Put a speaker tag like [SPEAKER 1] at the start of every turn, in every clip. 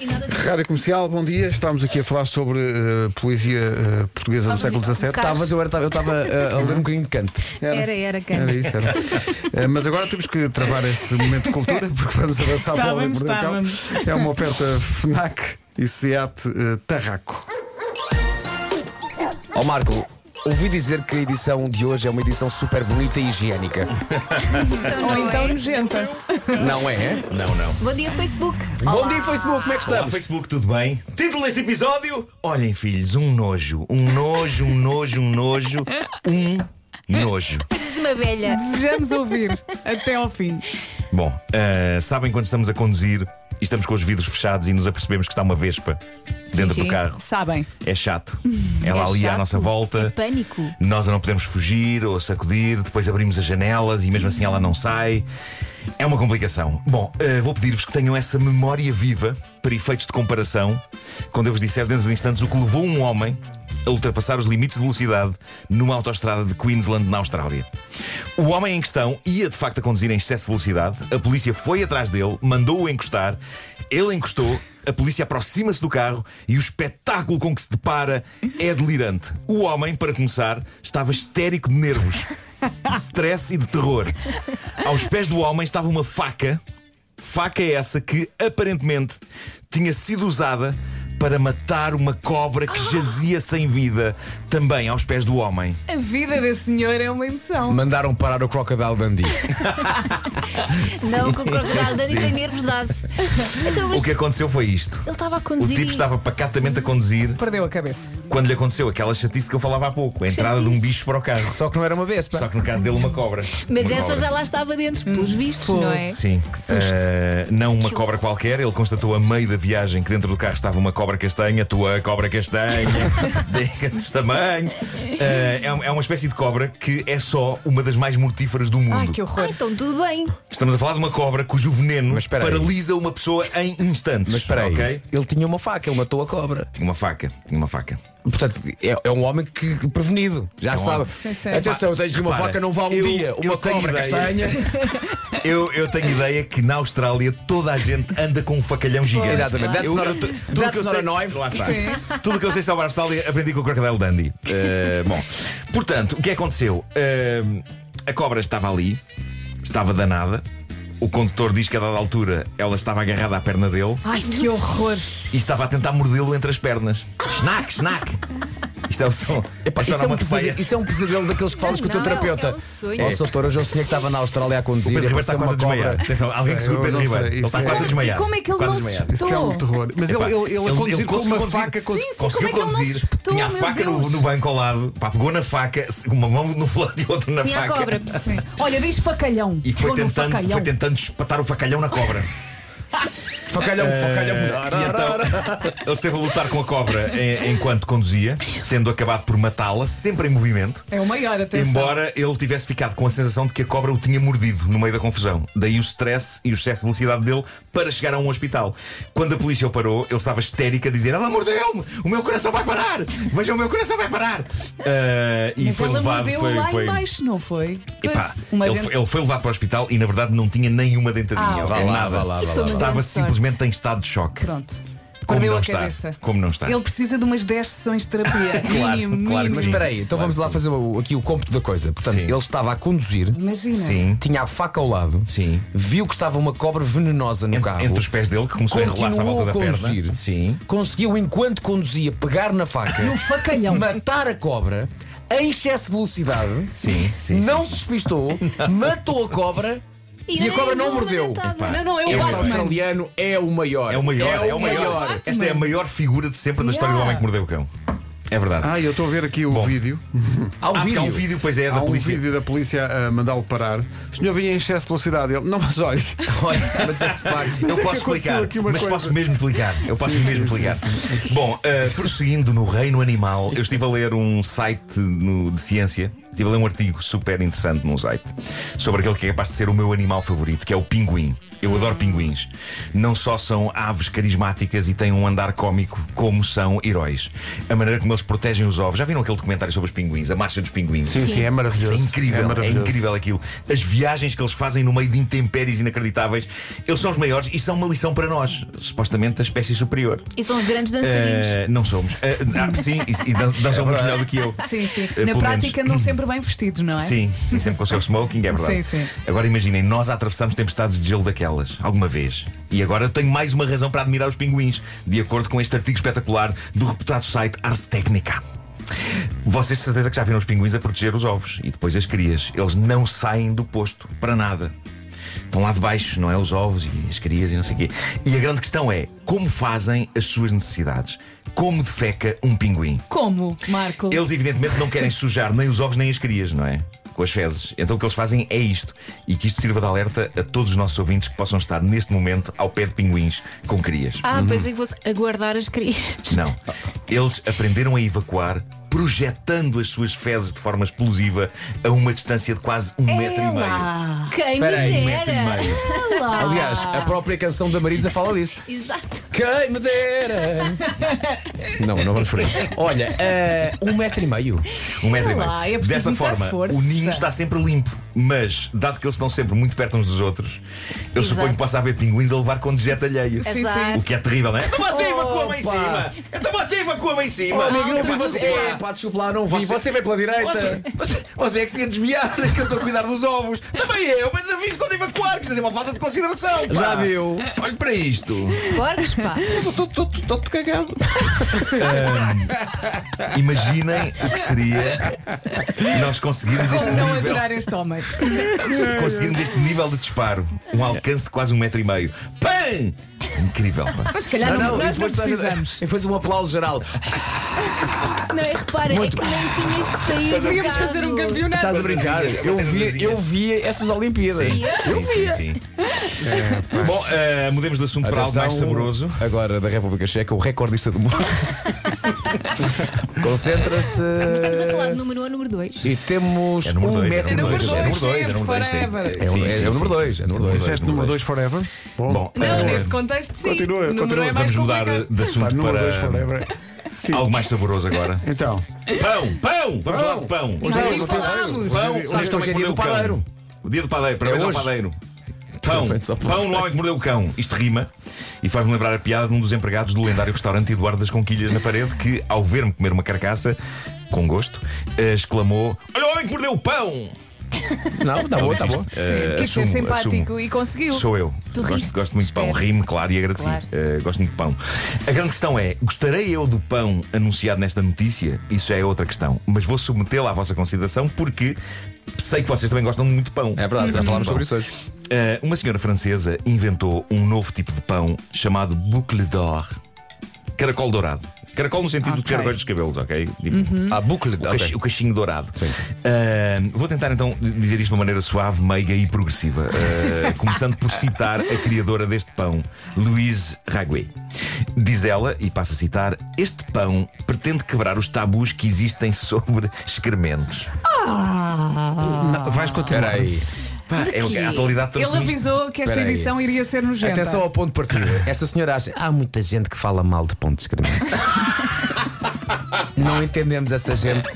[SPEAKER 1] E nada disso.
[SPEAKER 2] Rádio Comercial, bom dia. Estávamos aqui a falar sobre eh, poesia eh, portuguesa do século
[SPEAKER 1] um
[SPEAKER 2] XVII.
[SPEAKER 1] bocado.
[SPEAKER 3] Mas eu estava eu estava eh, a ler um bocadinho de canto.
[SPEAKER 1] Era, era, cara.
[SPEAKER 2] Era isso, era. Eh, Mas agora temos que travar esse momento de cultura porque vamos avançar para o
[SPEAKER 4] Estávamos,
[SPEAKER 2] livro da Cal. É uma oferta FNAC e SEAT eh, Tarraco.
[SPEAKER 3] Ó Marco, ouvi dizer que a edição de hoje é uma edição super bonita e higiênica.
[SPEAKER 1] Então
[SPEAKER 4] Ou
[SPEAKER 1] não
[SPEAKER 4] então
[SPEAKER 1] é.
[SPEAKER 4] nojenta.
[SPEAKER 3] Não é?
[SPEAKER 5] Não, não.
[SPEAKER 1] Bom dia, Facebook.
[SPEAKER 3] Bom dia, Facebook, como é que
[SPEAKER 5] Olá,
[SPEAKER 3] estamos?
[SPEAKER 5] Ah, Facebook, tudo bem? Título deste episódio: Olhem, filhos, um nojo, um nojo, um nojo, um nojo, um nojo.
[SPEAKER 1] Dizes uma velha.
[SPEAKER 4] Desejamos ouvir até ao fim.
[SPEAKER 5] Bom, ah, sabem quando estamos a conduzir e estamos com os vidros fechados e nos apercebemos que está uma vespa dentro
[SPEAKER 1] Sim, sim.
[SPEAKER 5] do carro?
[SPEAKER 4] Sabem.
[SPEAKER 5] É chato. Ela ali à
[SPEAKER 1] chato.
[SPEAKER 5] nossa volta.
[SPEAKER 1] É pânico.
[SPEAKER 5] Nós a não podemos fugir ou sacudir, depois abrimos as janelas e mesmo assim ela não sai. É uma complicação. Bom, eh, vou pedir-vos que tenham essa memória viva para efeitos de comparação quando eu vos disser dentro de instantes o que levou um homem a ultrapassar os limites de velocidade numa autoestrada de Queensland, na Austrália. O homem em questão ia de facto a conduzir em excesso de velocidade, a polícia foi atrás dele, mandou-o encostar, ele encostou, a polícia aproxima-se do carro e o espetáculo com que se depara é delirante. O homem, para começar, estava histérico de nervos, de stress e de terror. Aos pés do homem estava uma faca, faca é essa que aparentemente tinha sido usada para matar uma cobra que
[SPEAKER 1] Ah.
[SPEAKER 5] jazia sem vida, também aos pés do homem.
[SPEAKER 4] A vida da senhora é uma emoção.
[SPEAKER 3] Mandaram parar o Crocodile Dundee.
[SPEAKER 1] Não, que o crocodilo Dani tem nervos de aço. Então, mas
[SPEAKER 5] O que aconteceu foi isto.
[SPEAKER 1] ele estava a
[SPEAKER 5] O
[SPEAKER 1] conduzir.
[SPEAKER 5] tipo
[SPEAKER 1] e-
[SPEAKER 5] estava pacatamente a conduzir
[SPEAKER 4] Perdeu a cabeça.
[SPEAKER 5] quando lhe aconteceu aquela chatice que eu falava há pouco, a entrada de um bicho para o carro.
[SPEAKER 3] Só que não era uma vez,
[SPEAKER 5] Só que no caso dele, uma cobra.
[SPEAKER 1] Mas
[SPEAKER 5] Uma
[SPEAKER 1] essa
[SPEAKER 5] cobra.
[SPEAKER 1] já lá estava dentro, pelos vistos, não é?
[SPEAKER 5] Sim, Eh, não uma cobra qualquer. Ele constatou a meio da viagem que dentro do carro estava uma cobra castanha, tua cobra castanha, diga dos tamanhos. Eh, é, um- é uma espécie de cobra que é só uma das mais mortíferas do mundo.
[SPEAKER 4] Ai, que
[SPEAKER 1] Ah,
[SPEAKER 4] horror.
[SPEAKER 1] então tudo bem.
[SPEAKER 5] Estamos a falar de uma cobra cujo veneno
[SPEAKER 3] Mas espera aí.
[SPEAKER 5] paralisa uma pessoa em instantes.
[SPEAKER 3] Mas espera aí,
[SPEAKER 5] ok?
[SPEAKER 3] ele tinha uma faca, ele matou a cobra.
[SPEAKER 5] Tinha uma faca, tinha uma faca.
[SPEAKER 3] Portanto, é, é um homem que prevenido, já sabe.
[SPEAKER 5] homem.
[SPEAKER 4] Sim, sim.
[SPEAKER 3] Atenção, tens uma
[SPEAKER 5] Repara,
[SPEAKER 3] faca, não vá um
[SPEAKER 5] eu-
[SPEAKER 3] dia, uma
[SPEAKER 5] eu tenho
[SPEAKER 3] cobra
[SPEAKER 5] ideia.
[SPEAKER 3] castanha.
[SPEAKER 5] Eu, eu tenho ideia que na Austrália toda a gente anda com um facalhão gigante.
[SPEAKER 3] Exatamente. That's
[SPEAKER 5] Eu-
[SPEAKER 3] not a-
[SPEAKER 5] eu- tudo
[SPEAKER 3] that's
[SPEAKER 5] que eu
[SPEAKER 3] not
[SPEAKER 5] sei-
[SPEAKER 3] a knife.
[SPEAKER 5] Lá está.
[SPEAKER 4] Sim.
[SPEAKER 5] Tudo o que eu sei sobre a Austrália aprendi com o Crocodile Dundee. Eh, bom, portanto, o que aconteceu? Eh, a cobra estava ali, estava danada. O condutor diz que a dada altura ela estava agarrada à perna dele
[SPEAKER 4] Ai, que horror.
[SPEAKER 5] e estava a tentar mordê-lo entre as pernas. Snack, snack! Isto é o som.
[SPEAKER 3] Epá, isso, é
[SPEAKER 5] Isto era
[SPEAKER 3] um
[SPEAKER 5] uma teia.
[SPEAKER 3] pesadelo, isso é um pesadelo daqueles que falas
[SPEAKER 1] Não,
[SPEAKER 3] com o teu
[SPEAKER 1] não,
[SPEAKER 3] terapeuta.
[SPEAKER 1] é um sonho.
[SPEAKER 3] Ó, doutor, hoje eu sonhei que estava na Austrália a
[SPEAKER 5] O
[SPEAKER 3] conduzir
[SPEAKER 5] Pedro
[SPEAKER 3] e
[SPEAKER 5] Ribeiro
[SPEAKER 3] apareceu
[SPEAKER 5] está
[SPEAKER 3] é uma
[SPEAKER 5] quase a desmaiar.
[SPEAKER 3] cobra.
[SPEAKER 5] Atenção, alguém que segura o
[SPEAKER 2] Eu
[SPEAKER 5] Pedro
[SPEAKER 2] não sei,
[SPEAKER 5] Ribeiro. Ele
[SPEAKER 2] isso
[SPEAKER 5] está
[SPEAKER 2] é-
[SPEAKER 5] quase a
[SPEAKER 4] E
[SPEAKER 5] desmaiar.
[SPEAKER 4] como é que ele
[SPEAKER 5] Quase a
[SPEAKER 4] não
[SPEAKER 5] desmaiar.
[SPEAKER 2] Isso é um terror. Mas ele,
[SPEAKER 5] Epá,
[SPEAKER 2] ele, ele a conduzir com
[SPEAKER 5] conseguiu
[SPEAKER 2] uma
[SPEAKER 5] conduzir.
[SPEAKER 2] faca. com-
[SPEAKER 4] sim, como
[SPEAKER 5] conseguiu
[SPEAKER 4] é que ele não
[SPEAKER 5] conduzir.
[SPEAKER 4] se espetou,
[SPEAKER 5] tinha a
[SPEAKER 4] meu
[SPEAKER 5] faca no,
[SPEAKER 4] Deus?
[SPEAKER 5] no banco ao lado, pá, pegou na faca, uma mão no volante e outra na
[SPEAKER 1] Tinha a
[SPEAKER 5] faca.
[SPEAKER 1] cobra.
[SPEAKER 4] Sim. Olha, diz facalhão.
[SPEAKER 5] E foi
[SPEAKER 4] Pegou no
[SPEAKER 5] tentando,
[SPEAKER 4] facalhão.
[SPEAKER 5] foi tentando espatar o facalhão na cobra.
[SPEAKER 3] Facalhão, facalhão.
[SPEAKER 5] E então, ele esteve a lutar com a cobra eh, enquanto conduzia, tendo acabado por matá-la, sempre em movimento.
[SPEAKER 4] É o maior, atenção.
[SPEAKER 5] Embora ele tivesse ficado com a sensação de que a cobra o tinha mordido no meio da confusão. Daí o stress e o excesso de velocidade dele para chegar a um hospital. Quando a polícia o parou, ele estava histérico a dizer: Ela mordeu-me! O meu coração vai parar! Vejam, o meu coração vai parar! Ah, e
[SPEAKER 4] Mas
[SPEAKER 5] foi
[SPEAKER 4] ela
[SPEAKER 5] levado.
[SPEAKER 4] mordeu
[SPEAKER 5] foi,
[SPEAKER 4] lá
[SPEAKER 5] foi...
[SPEAKER 4] embaixo, não foi?
[SPEAKER 5] Epá,
[SPEAKER 4] Pois, uma
[SPEAKER 5] ele,
[SPEAKER 4] dent-
[SPEAKER 5] foi- ele foi levado para o hospital e na verdade não tinha nenhuma dentadinha.
[SPEAKER 4] Ah, ok.
[SPEAKER 5] ou
[SPEAKER 3] Vá lá,
[SPEAKER 5] nada.
[SPEAKER 3] vá lá, vá
[SPEAKER 1] Isso
[SPEAKER 3] lá.
[SPEAKER 1] foi
[SPEAKER 5] Estava
[SPEAKER 1] Grande sorte.
[SPEAKER 5] simplesmente em estado de choque.
[SPEAKER 4] Pronto.
[SPEAKER 5] Como
[SPEAKER 4] Perdeu
[SPEAKER 5] não
[SPEAKER 4] a
[SPEAKER 5] está?
[SPEAKER 4] cabeça.
[SPEAKER 5] Como não está?
[SPEAKER 4] Ele precisa de umas 10 sessões de terapia.
[SPEAKER 5] Claro,
[SPEAKER 4] mínimo,
[SPEAKER 5] claro que
[SPEAKER 4] mínimo.
[SPEAKER 3] Mas
[SPEAKER 5] sim.
[SPEAKER 3] espera aí, então
[SPEAKER 5] Claro
[SPEAKER 3] vamos lá
[SPEAKER 5] que
[SPEAKER 3] fazer o- aqui o cômputo da coisa. Portanto,
[SPEAKER 5] Sim.
[SPEAKER 3] ele estava a conduzir,
[SPEAKER 4] Imagina.
[SPEAKER 5] Sim.
[SPEAKER 3] tinha a faca ao lado,
[SPEAKER 5] Sim.
[SPEAKER 3] viu que estava uma cobra venenosa no
[SPEAKER 5] Entre,
[SPEAKER 3] carro.
[SPEAKER 5] entre os pés dele, que começou a enrolar-se à
[SPEAKER 3] Continuou
[SPEAKER 5] volta
[SPEAKER 3] a
[SPEAKER 5] da perna.
[SPEAKER 3] conduzir.
[SPEAKER 5] Sim.
[SPEAKER 3] Conseguiu, enquanto conduzia, pegar na faca,
[SPEAKER 4] No facalhão.
[SPEAKER 3] matar a cobra em excesso de velocidade.
[SPEAKER 5] Sim, sim.
[SPEAKER 3] não
[SPEAKER 5] sim,
[SPEAKER 3] se despistou, matou a cobra e, a
[SPEAKER 1] nem
[SPEAKER 3] cobra não
[SPEAKER 1] é uma
[SPEAKER 3] mordeu.
[SPEAKER 1] dentada.
[SPEAKER 5] Epá,
[SPEAKER 4] Não, não, é o
[SPEAKER 3] Este
[SPEAKER 4] Batman.
[SPEAKER 3] australiano é o maior.
[SPEAKER 5] É o maior, é, o maior. Esta é a maior figura de sempre da história do
[SPEAKER 4] Yeah.
[SPEAKER 5] homem que mordeu o cão. É verdade.
[SPEAKER 2] Ah, eu estou a ver aqui o vídeo.
[SPEAKER 3] Há um
[SPEAKER 5] Ah, porque
[SPEAKER 3] vídeo.
[SPEAKER 5] há um vídeo, pois é,
[SPEAKER 2] Há
[SPEAKER 5] da
[SPEAKER 2] um
[SPEAKER 5] polícia.
[SPEAKER 2] vídeo da polícia a mandá-lo parar. O senhor vinha em excesso de velocidade. Ele, não, mas olha.
[SPEAKER 3] Olha, mas é de facto.
[SPEAKER 5] Eu
[SPEAKER 2] Mas é que
[SPEAKER 5] posso
[SPEAKER 2] aconteceu
[SPEAKER 5] explicar,
[SPEAKER 2] aqui uma
[SPEAKER 5] mas
[SPEAKER 2] coisa.
[SPEAKER 5] posso mesmo explicar. Eu posso mesmo explicar. Bom, eh, prosseguindo no reino animal, eu estive a ler um site no- de ciência Estive a ler um artigo super interessante num site sobre aquele que é capaz de ser o meu animal favorito, que é o pinguim. Eu adoro
[SPEAKER 2] Hum.
[SPEAKER 5] pinguins. Não só são aves carismáticas e têm um andar cómico, como são heróis. A maneira como eles protegem os ovos. Já viram aquele documentário sobre os pinguins? A marcha dos pinguins.
[SPEAKER 2] Sim, sim, é maravilhoso.
[SPEAKER 5] É incrível, é,
[SPEAKER 2] maravilhoso.
[SPEAKER 5] incrível aquilo. As viagens que eles fazem no meio de intempéries inacreditáveis, eles são os maiores e são uma lição para nós, supostamente a espécie superior.
[SPEAKER 1] E são os grandes dançarinos.
[SPEAKER 5] Eh, não somos. Eh, ah, sim, e, e dan- dançam muito melhor do que eu.
[SPEAKER 4] Sim, sim.
[SPEAKER 5] Eh,
[SPEAKER 4] Na
[SPEAKER 5] pelo
[SPEAKER 4] prática
[SPEAKER 5] menos.
[SPEAKER 4] andam sempre bem vestidos, não é?
[SPEAKER 5] Sim, sim, sempre com o seu smoking, é verdade.
[SPEAKER 4] Sim, sim.
[SPEAKER 5] Agora imaginem, nós atravessamos tempestades de gelo daquelas, alguma vez. E agora tenho mais uma razão para admirar os pinguins, de acordo com este artigo espetacular do reputado site Ars Technica. Vocês de certeza que já viram os pinguins a proteger os ovos e depois as crias. Eles não saem do posto para nada. Estão lá de baixo, não é? Os ovos e as crias e não sei o quê. E a grande questão é como fazem as suas necessidades? Como defeca um pinguim?
[SPEAKER 4] Como, Marco?
[SPEAKER 5] Eles, evidentemente, não querem sujar nem os ovos nem as crias, não é? Com as fezes. Então o que eles fazem é isto. E que isto sirva de alerta a todos os nossos ouvintes que possam estar neste momento ao pé de pinguins com crias.
[SPEAKER 1] Ah, pensei que fosse aguardar as crias.
[SPEAKER 5] Não. Eles aprenderam a evacuar projetando as suas fezes de forma explosiva a uma distância de quase um metro e meio.
[SPEAKER 4] Ela!
[SPEAKER 1] Quem
[SPEAKER 3] Espera aí,
[SPEAKER 1] me
[SPEAKER 5] Um metro e
[SPEAKER 1] dera.
[SPEAKER 5] meio.
[SPEAKER 3] Aliás, a própria canção da Marisa fala disso.
[SPEAKER 1] Exato.
[SPEAKER 3] Quem me dera! Não, não vamos por aí. Olha, eh, um metro e meio.
[SPEAKER 5] Um metro e
[SPEAKER 4] Olha
[SPEAKER 5] meio.
[SPEAKER 4] lá, é preciso
[SPEAKER 5] Desta
[SPEAKER 4] muita
[SPEAKER 5] forma,
[SPEAKER 4] força.
[SPEAKER 5] o ninho está sempre limpo, mas dado que eles estão sempre muito perto uns dos outros, eu
[SPEAKER 1] Exato.
[SPEAKER 5] suponho que possa haver pinguins a levar com dejeto alheio.
[SPEAKER 4] sim.
[SPEAKER 1] Azar.
[SPEAKER 5] O que é terrível, não é? Então você evacua em
[SPEAKER 3] Opa!
[SPEAKER 5] cima! Então você evacua em cima! Então
[SPEAKER 3] Amigo, não vi
[SPEAKER 5] Pá,
[SPEAKER 3] você.
[SPEAKER 5] desculpa
[SPEAKER 3] É,
[SPEAKER 5] lá.
[SPEAKER 3] pá, desculpa lá, não vi. Você vem pela direita.
[SPEAKER 5] Você, você- você é que se tinha de desviar, que eu estou a cuidar dos ovos. Também eu, mas aviso quando evacuar, que seja é uma falta de consideração. pá.
[SPEAKER 3] Já viu?
[SPEAKER 5] Olhe para isto.
[SPEAKER 1] Porcos, pá.
[SPEAKER 5] Estou cagado. imaginem o que seria nós conseguirmos este
[SPEAKER 4] Como não
[SPEAKER 5] nível.
[SPEAKER 4] adorar este homem?
[SPEAKER 5] Conseguimos este nível de disparo, um alcance de quase um metro e meio. PAM! Incrível, pá.
[SPEAKER 4] Mas se calhar não,
[SPEAKER 3] e
[SPEAKER 4] nós não
[SPEAKER 3] depois tu-
[SPEAKER 4] precisamos.
[SPEAKER 3] E depois um aplauso geral.
[SPEAKER 1] Não, e repara, é que nem tinhas que sair. do
[SPEAKER 4] Podíamos
[SPEAKER 1] carro.
[SPEAKER 4] fazer um campeonato.
[SPEAKER 3] Estás a
[SPEAKER 5] Mas
[SPEAKER 3] brincar?
[SPEAKER 5] as asinhas,
[SPEAKER 3] Eu
[SPEAKER 5] bater as
[SPEAKER 3] vi,
[SPEAKER 5] asinhas.
[SPEAKER 3] eu vi essas Olimpíadas.
[SPEAKER 5] Eu via. Sim, sim. Bom, eh, mudemos de assunto para algo mais saboroso.
[SPEAKER 3] Agora da República Checa, o recordista do mundo. Concentra-se.
[SPEAKER 1] Estamos a falar de número 1 ou número 2.
[SPEAKER 3] E temos
[SPEAKER 5] É número
[SPEAKER 3] um
[SPEAKER 5] dois, é
[SPEAKER 3] metro e
[SPEAKER 5] número
[SPEAKER 3] meio.
[SPEAKER 5] dois,
[SPEAKER 4] É número
[SPEAKER 5] dois,
[SPEAKER 4] sempre,
[SPEAKER 5] dois, sim.
[SPEAKER 4] forever.
[SPEAKER 5] É o-
[SPEAKER 3] Sim,
[SPEAKER 5] é
[SPEAKER 3] sim,
[SPEAKER 5] o
[SPEAKER 3] sim,
[SPEAKER 5] número
[SPEAKER 3] sim.
[SPEAKER 5] 2, é número 2.
[SPEAKER 2] Disseste número 2 forever? Bom,
[SPEAKER 5] Bom,
[SPEAKER 4] Não,
[SPEAKER 5] eh,
[SPEAKER 4] neste contexto sim.
[SPEAKER 2] Continua,
[SPEAKER 4] Número
[SPEAKER 2] continua.
[SPEAKER 4] é mais
[SPEAKER 5] vamos mudar
[SPEAKER 4] complicado.
[SPEAKER 5] de
[SPEAKER 2] pá,
[SPEAKER 5] assunto
[SPEAKER 2] número 2
[SPEAKER 5] para
[SPEAKER 2] forever. Sim.
[SPEAKER 5] algo mais saboroso agora.
[SPEAKER 2] Então, é
[SPEAKER 5] Pão, pão! Vamos falar de pão.
[SPEAKER 1] Já
[SPEAKER 2] Não,
[SPEAKER 1] aí
[SPEAKER 2] não tem-
[SPEAKER 1] falámos.
[SPEAKER 2] Hoje-
[SPEAKER 5] Pão, Homem que
[SPEAKER 3] é hoje é
[SPEAKER 5] Mordeu
[SPEAKER 3] dia do
[SPEAKER 5] o Cão.
[SPEAKER 3] padeiro.
[SPEAKER 5] O dia do padeiro,
[SPEAKER 3] É
[SPEAKER 5] parabéns ao
[SPEAKER 3] hoje.
[SPEAKER 5] padeiro. Pão,
[SPEAKER 3] Parabéns ao padeiro.
[SPEAKER 5] pão no homem que mordeu o cão. Isto rima e faz-me lembrar a piada de um dos empregados do lendário restaurante Eduardo das Conquilhas na parede que, ao ver-me comer uma carcaça, com gosto, eh, exclamou: Olha o homem que mordeu o pão!
[SPEAKER 3] Não, tá bom, tá bom.
[SPEAKER 5] Eh,
[SPEAKER 4] Quis ser
[SPEAKER 5] assumo,
[SPEAKER 4] simpático
[SPEAKER 5] assumo.
[SPEAKER 4] e conseguiu.
[SPEAKER 5] Sou eu.
[SPEAKER 1] Tu riste,
[SPEAKER 5] gosto, gosto muito de pão.
[SPEAKER 1] espero.
[SPEAKER 5] Rime, claro, e agradeci.
[SPEAKER 1] Claro.
[SPEAKER 5] Eh, gosto muito de pão. A grande questão é: gostarei eu do pão anunciado nesta notícia? Isso já é outra questão. Mas vou submetê-la à vossa consideração porque sei que vocês também gostam de muito pão.
[SPEAKER 3] É verdade, já falámos
[SPEAKER 5] Bom.
[SPEAKER 3] sobre isso hoje.
[SPEAKER 5] Eh, uma senhora francesa inventou um novo tipo de pão chamado boucle d'or caracol dourado. Caracol no sentido de
[SPEAKER 4] Ok.
[SPEAKER 5] caracóis dos cabelos, ok? Tipo,
[SPEAKER 3] A bucle.
[SPEAKER 5] o, cach- o cachinho dourado. Ah, vou tentar então dizer isto de uma maneira suave, meiga e progressiva. Ah, começando por citar a criadora deste pão, Louise Raguet. Diz ela, e passo a citar: Este pão pretende quebrar os tabus que existem sobre excrementos.
[SPEAKER 3] Vais continuar. aí.
[SPEAKER 5] Pá, é o que a atualidade
[SPEAKER 4] Ele
[SPEAKER 5] trouxe-me isto.
[SPEAKER 4] avisou que esta
[SPEAKER 3] Espera aí.
[SPEAKER 4] edição iria ser nojenta.
[SPEAKER 3] Atenção ao ponto de partida. Esta senhora acha. Há muita gente que fala mal de ponto de excremento. Não entendemos essa gente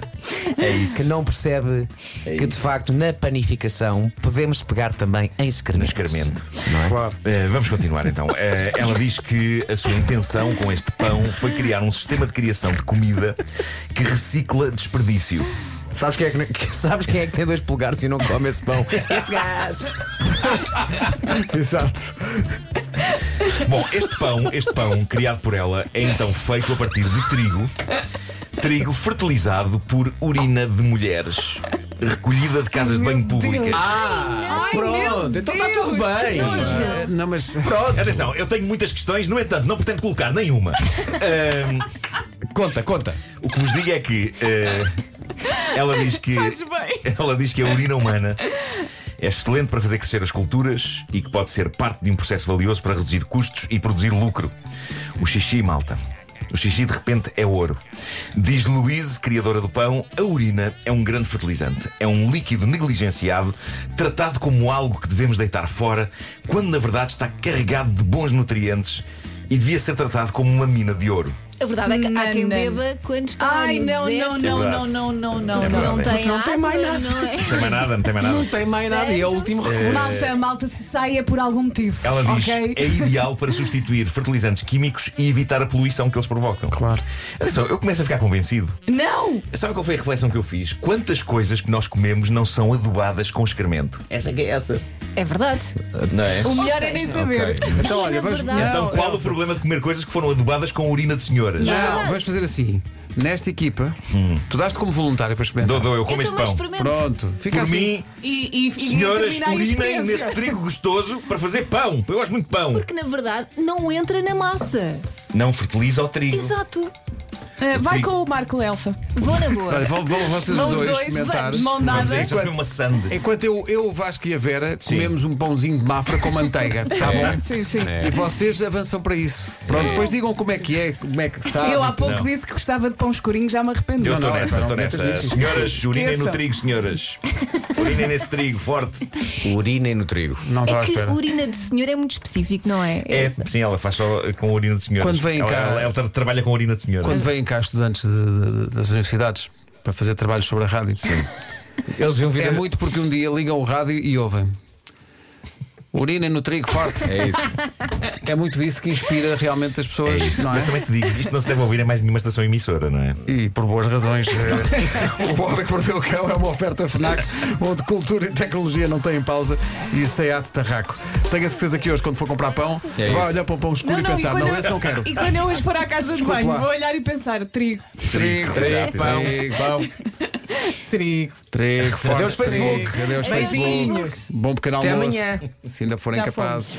[SPEAKER 3] que não percebe que de facto na panificação podemos pegar também em
[SPEAKER 5] No
[SPEAKER 3] excremento.
[SPEAKER 5] excremento.
[SPEAKER 2] claro.
[SPEAKER 5] Eh, vamos continuar então. Eh, ela diz que a sua intenção com este pão foi criar um sistema de criação de comida que recicla desperdício.
[SPEAKER 3] Sabes quem, é que, que- sabes quem é que tem dois polegares e não come esse pão? Este gajo!
[SPEAKER 2] Exato.
[SPEAKER 5] Bom, este pão, este pão criado por ela é então feito a partir de trigo, trigo fertilizado por urina de mulheres, recolhida de casas de banho
[SPEAKER 4] Meu Deus.
[SPEAKER 5] públicas.
[SPEAKER 3] Ah,
[SPEAKER 4] Ai,
[SPEAKER 3] pronto,
[SPEAKER 4] meu
[SPEAKER 3] então está tudo
[SPEAKER 4] Deus,
[SPEAKER 3] bem.
[SPEAKER 2] Ah, Não, mas.
[SPEAKER 5] Atenção, eu tenho muitas questões, no entanto, não pretendo colocar nenhuma. Ahm,
[SPEAKER 3] Conta, conta.
[SPEAKER 5] o que vos digo é que eh, ela diz que
[SPEAKER 4] Fazes bem.
[SPEAKER 5] Ela diz que a urina humana é excelente para fazer crescer as culturas e que pode ser parte de um processo valioso para reduzir custos e produzir lucro. O xixi, malta. O xixi de repente é ouro. Diz Luíse, criadora do pão, a urina é um grande fertilizante. É um líquido negligenciado, tratado como algo que devemos deitar fora, quando na verdade está carregado de bons nutrientes e devia ser tratado como uma mina de ouro.
[SPEAKER 1] A verdade é que há quem
[SPEAKER 4] Não, não.
[SPEAKER 1] beba quando está
[SPEAKER 4] Ai,
[SPEAKER 1] no
[SPEAKER 4] não, não,
[SPEAKER 1] deserto.
[SPEAKER 4] não,
[SPEAKER 5] É
[SPEAKER 4] não, não, não, não,
[SPEAKER 5] É
[SPEAKER 4] não.
[SPEAKER 5] verdade.
[SPEAKER 1] Não tem
[SPEAKER 3] Não tem
[SPEAKER 1] água,
[SPEAKER 3] mais nada.
[SPEAKER 1] não é?
[SPEAKER 5] Não tem mais nada, não tem mais nada.
[SPEAKER 3] Não tem mais nada e é o último recurso.
[SPEAKER 4] Malta, malta, se sai é por algum motivo.
[SPEAKER 5] Ela diz
[SPEAKER 4] ok?
[SPEAKER 5] é ideal para substituir fertilizantes químicos e evitar a poluição que eles provocam.
[SPEAKER 2] Claro.
[SPEAKER 5] Atenção, eu começo a ficar convencido.
[SPEAKER 4] Não!
[SPEAKER 5] Sabe qual foi a reflexão que eu fiz? Quantas coisas que nós comemos não são adubadas com excremento? Essa que é essa.
[SPEAKER 1] É verdade.
[SPEAKER 5] Não é?
[SPEAKER 4] O melhor é nem saber.
[SPEAKER 2] Então, olha,
[SPEAKER 1] Na
[SPEAKER 2] vamos.
[SPEAKER 1] verdade-
[SPEAKER 5] Então,
[SPEAKER 2] Não,
[SPEAKER 5] qual o problema de comer coisas que foram adubadas com urina de senhoras?
[SPEAKER 2] Não, vamos fazer assim. Nesta equipa,
[SPEAKER 3] Hum.
[SPEAKER 2] tu daste como voluntário para experimentar.
[SPEAKER 5] Dou, dou, eu
[SPEAKER 1] eu
[SPEAKER 5] como este
[SPEAKER 1] também
[SPEAKER 5] pão.
[SPEAKER 1] experimento.
[SPEAKER 2] Pronto, fica
[SPEAKER 5] Por
[SPEAKER 2] assim.
[SPEAKER 5] mim,
[SPEAKER 4] E, e, e
[SPEAKER 5] senhoras,
[SPEAKER 4] terminar a
[SPEAKER 5] urinem
[SPEAKER 4] experiência.
[SPEAKER 5] nesse trigo gostoso para fazer pão. Eu gosto muito de pão.
[SPEAKER 1] Porque na verdade não entra na massa.
[SPEAKER 5] Não fertiliza o trigo.
[SPEAKER 1] Exato.
[SPEAKER 4] Ah, Vai
[SPEAKER 5] trigo.
[SPEAKER 4] com o Marco Elfa.
[SPEAKER 1] Vou na boa.
[SPEAKER 2] Olha, vão, vão vocês
[SPEAKER 4] Vão os
[SPEAKER 2] dois,
[SPEAKER 4] dois,
[SPEAKER 2] experimentar.
[SPEAKER 4] vamos, de mão
[SPEAKER 5] Vamos
[SPEAKER 4] dada.
[SPEAKER 5] a isso, vamos comer uma sande.
[SPEAKER 2] Enquanto eu, eu, o Vasco e a Vera
[SPEAKER 5] Sim.
[SPEAKER 2] comemos um pãozinho de mafra com manteiga, tá
[SPEAKER 5] é.
[SPEAKER 2] bom?
[SPEAKER 4] Sim, sim.
[SPEAKER 2] E vocês avançam para isso. Pronto, depois digam como é que é, como é que sabe.
[SPEAKER 4] Eu há pouco
[SPEAKER 5] Não.
[SPEAKER 4] disse que gostava de pão escurinho, já me arrependi.
[SPEAKER 2] Não,
[SPEAKER 5] Eu estou
[SPEAKER 2] não,
[SPEAKER 5] nessa,
[SPEAKER 2] não,
[SPEAKER 5] estou
[SPEAKER 2] não, é não,
[SPEAKER 5] nessa.
[SPEAKER 2] não.
[SPEAKER 5] Senhoras, urinem no
[SPEAKER 4] Esqueçam.
[SPEAKER 5] trigo, senhoras. Urinem nesse trigo, forte.
[SPEAKER 3] Urinem no trigo.
[SPEAKER 2] Não estava
[SPEAKER 1] É
[SPEAKER 2] à
[SPEAKER 1] que
[SPEAKER 2] espera.
[SPEAKER 1] urina de senhor é muito específico, não é?
[SPEAKER 5] É, sim, ela faz só com urina de senhoras.
[SPEAKER 2] Quando vêm
[SPEAKER 5] ela,
[SPEAKER 2] cá-
[SPEAKER 5] Ela, ela tra- trabalha com urina de senhoras.
[SPEAKER 2] Quando vêm cá estudantes de- de- das universidades para fazer trabalhos sobre a rádio,
[SPEAKER 3] Eles viram
[SPEAKER 2] é
[SPEAKER 3] vídeo.
[SPEAKER 2] muito porque um dia ligam o rádio e ouvem. Urinem no trigo forte.
[SPEAKER 3] É isso.
[SPEAKER 2] É muito isso que inspira realmente as
[SPEAKER 5] É
[SPEAKER 2] pessoas,
[SPEAKER 5] isso.
[SPEAKER 2] não é?
[SPEAKER 5] Mas também te digo, isto não se deve ouvir em mais nenhuma estação emissora, não é?
[SPEAKER 2] E por boas razões. Eh, o Homem que Mordeu o Cão é uma oferta FNAC onde cultura e tecnologia não têm pausa e SEAT Tarraco. Tenha certeza que hoje, quando for comprar pão,
[SPEAKER 3] É
[SPEAKER 2] vai
[SPEAKER 3] isso.
[SPEAKER 2] olhar para o pão escuro e pensar: não,
[SPEAKER 4] quando eu-
[SPEAKER 2] esse não quero.
[SPEAKER 4] E quando eu hoje for à casa de banho,
[SPEAKER 2] lá.
[SPEAKER 4] vou olhar e pensar: trigo,
[SPEAKER 2] Trigo,
[SPEAKER 5] exato,
[SPEAKER 2] pão, pão,
[SPEAKER 4] trigo.
[SPEAKER 2] trigo, forte,
[SPEAKER 3] Adeus, Facebook.
[SPEAKER 2] trigo. Adeus,
[SPEAKER 1] Beijinhos.
[SPEAKER 2] Facebook. Bom pequeno
[SPEAKER 3] Até
[SPEAKER 2] almoço.
[SPEAKER 3] amanhã.
[SPEAKER 2] Se ainda forem
[SPEAKER 4] Já
[SPEAKER 2] capazes.